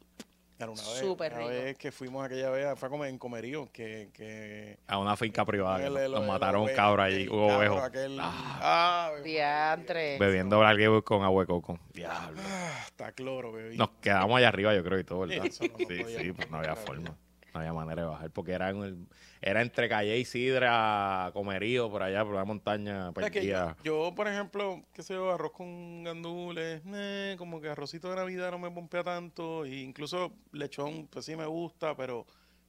Speaker 2: Claro, una vez,
Speaker 1: Súper
Speaker 2: una
Speaker 1: rico.
Speaker 2: vez que fuimos aquella vez, fue a comer en Comerío, que, que
Speaker 3: A una finca privada. que
Speaker 2: aquel-
Speaker 3: Nos
Speaker 2: el-
Speaker 3: nos
Speaker 2: el
Speaker 3: mataron un
Speaker 2: ovejo,
Speaker 3: cabro allí,
Speaker 2: el
Speaker 3: Hugo
Speaker 2: cabro
Speaker 3: Ovejo.
Speaker 2: aquel-
Speaker 3: Ah,
Speaker 2: Ah,
Speaker 1: diantre.
Speaker 3: bebiendo braguebo con agua de coco. Diablo.
Speaker 2: Hasta cloro, bebé.
Speaker 3: Nos quedamos allá arriba, yo creo, y todo, ¿verdad?
Speaker 2: Sí, eso no- no
Speaker 3: sí,
Speaker 2: podía-
Speaker 3: sí, pues no había
Speaker 2: no
Speaker 3: forma. No había manera de bajar, porque era, en el- era entre Calle y Sidra, Comerío, por allá, por la montaña,
Speaker 2: O sea, que
Speaker 3: perdida.
Speaker 2: yo, yo, por ejemplo, qué sé yo, arroz con gandules, eh, como que arrocito de Navidad no me pompea tanto, e incluso lechón, pues sí me gusta, pero,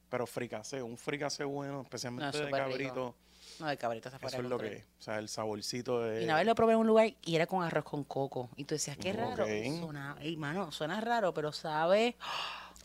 Speaker 2: pero fricasé, un fricasé bueno, especialmente de
Speaker 1: súper rico.
Speaker 2: cabrito,
Speaker 1: No, el cabrito está fuera
Speaker 2: eso
Speaker 1: de
Speaker 2: es lo que,
Speaker 1: control.
Speaker 2: es. o sea, el saborcito de...
Speaker 1: Y una vez lo probé en un lugar y era con arroz con coco. Y tú decías, qué raro.
Speaker 2: Ok.
Speaker 1: Suena, ey, mano, suena raro, pero sabe.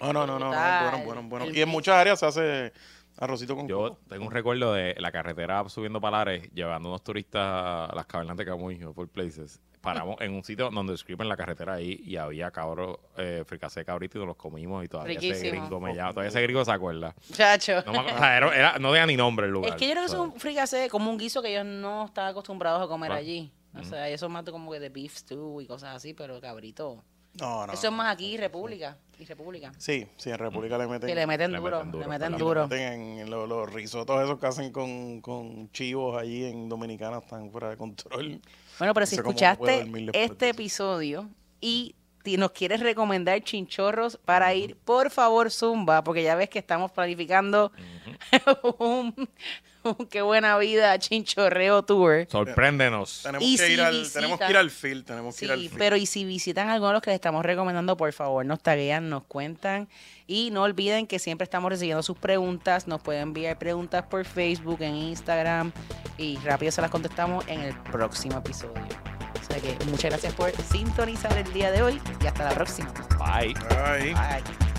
Speaker 2: Ah, no, no, no, no,
Speaker 1: Brutal.
Speaker 2: es bueno, bueno, bueno.
Speaker 1: El
Speaker 2: Y en
Speaker 1: mix.
Speaker 2: muchas áreas se hace arrocito con
Speaker 3: Yo
Speaker 2: coco.
Speaker 3: tengo un recuerdo de la carretera subiendo Palares, llevando unos turistas a las cavernas de Camuy o por places. Paramos en un sitio donde escriben la carretera ahí y había cabros, eh, fricasé cabrito y nos los comimos y todavía ese
Speaker 1: Riquísimo.
Speaker 3: gringo me llama, todavía ese gringo se acuerda.
Speaker 1: Chacho.
Speaker 3: No, me acuerdo, o sea, era- era- no tenía ni nombre el lugar.
Speaker 1: es que yo creo que eso es
Speaker 3: ¿sabes?
Speaker 1: un fricasé, como un guiso que ellos no están acostumbrados a comer
Speaker 3: Ah.
Speaker 1: allí. O sea, eso es más de como que de beef stew y cosas así, pero cabrito.
Speaker 2: No, no.
Speaker 1: Eso es más aquí, República. Y República.
Speaker 2: Sí, sí, en República le meten...
Speaker 1: Que le meten
Speaker 3: Le
Speaker 1: duro,
Speaker 3: meten duro,
Speaker 1: le meten
Speaker 3: le
Speaker 1: duro.
Speaker 2: meten En, en lo- los risotos esos que hacen con, con chivos allí en Dominicana están fuera de control.
Speaker 1: Bueno, pero si
Speaker 2: Eso como no puedo
Speaker 1: escuchaste
Speaker 2: dormir después
Speaker 1: este
Speaker 2: de eso.
Speaker 1: episodio y ti- nos quieres recomendar chinchorros para ir, por favor, Zumba, porque ya ves que estamos planificando un, un qué buena vida chinchorreo tour.
Speaker 3: Sorpréndenos.
Speaker 2: Tenemos,
Speaker 1: Y
Speaker 2: que,
Speaker 1: si
Speaker 2: ir al,
Speaker 1: visita-
Speaker 2: tenemos que ir al field, tenemos que ir al
Speaker 1: Sí,
Speaker 2: field.
Speaker 1: pero y si visitan alguno de los que les estamos recomendando, por favor, nos taguean, nos cuentan. Y no olviden que siempre estamos recibiendo sus preguntas. Nos pueden enviar preguntas por Facebook, en Instagram. Y rápido se las contestamos en el próximo episodio. O sea que muchas gracias por sintonizar el día de hoy y hasta la próxima.
Speaker 3: Bye.
Speaker 2: Ay.
Speaker 1: Bye.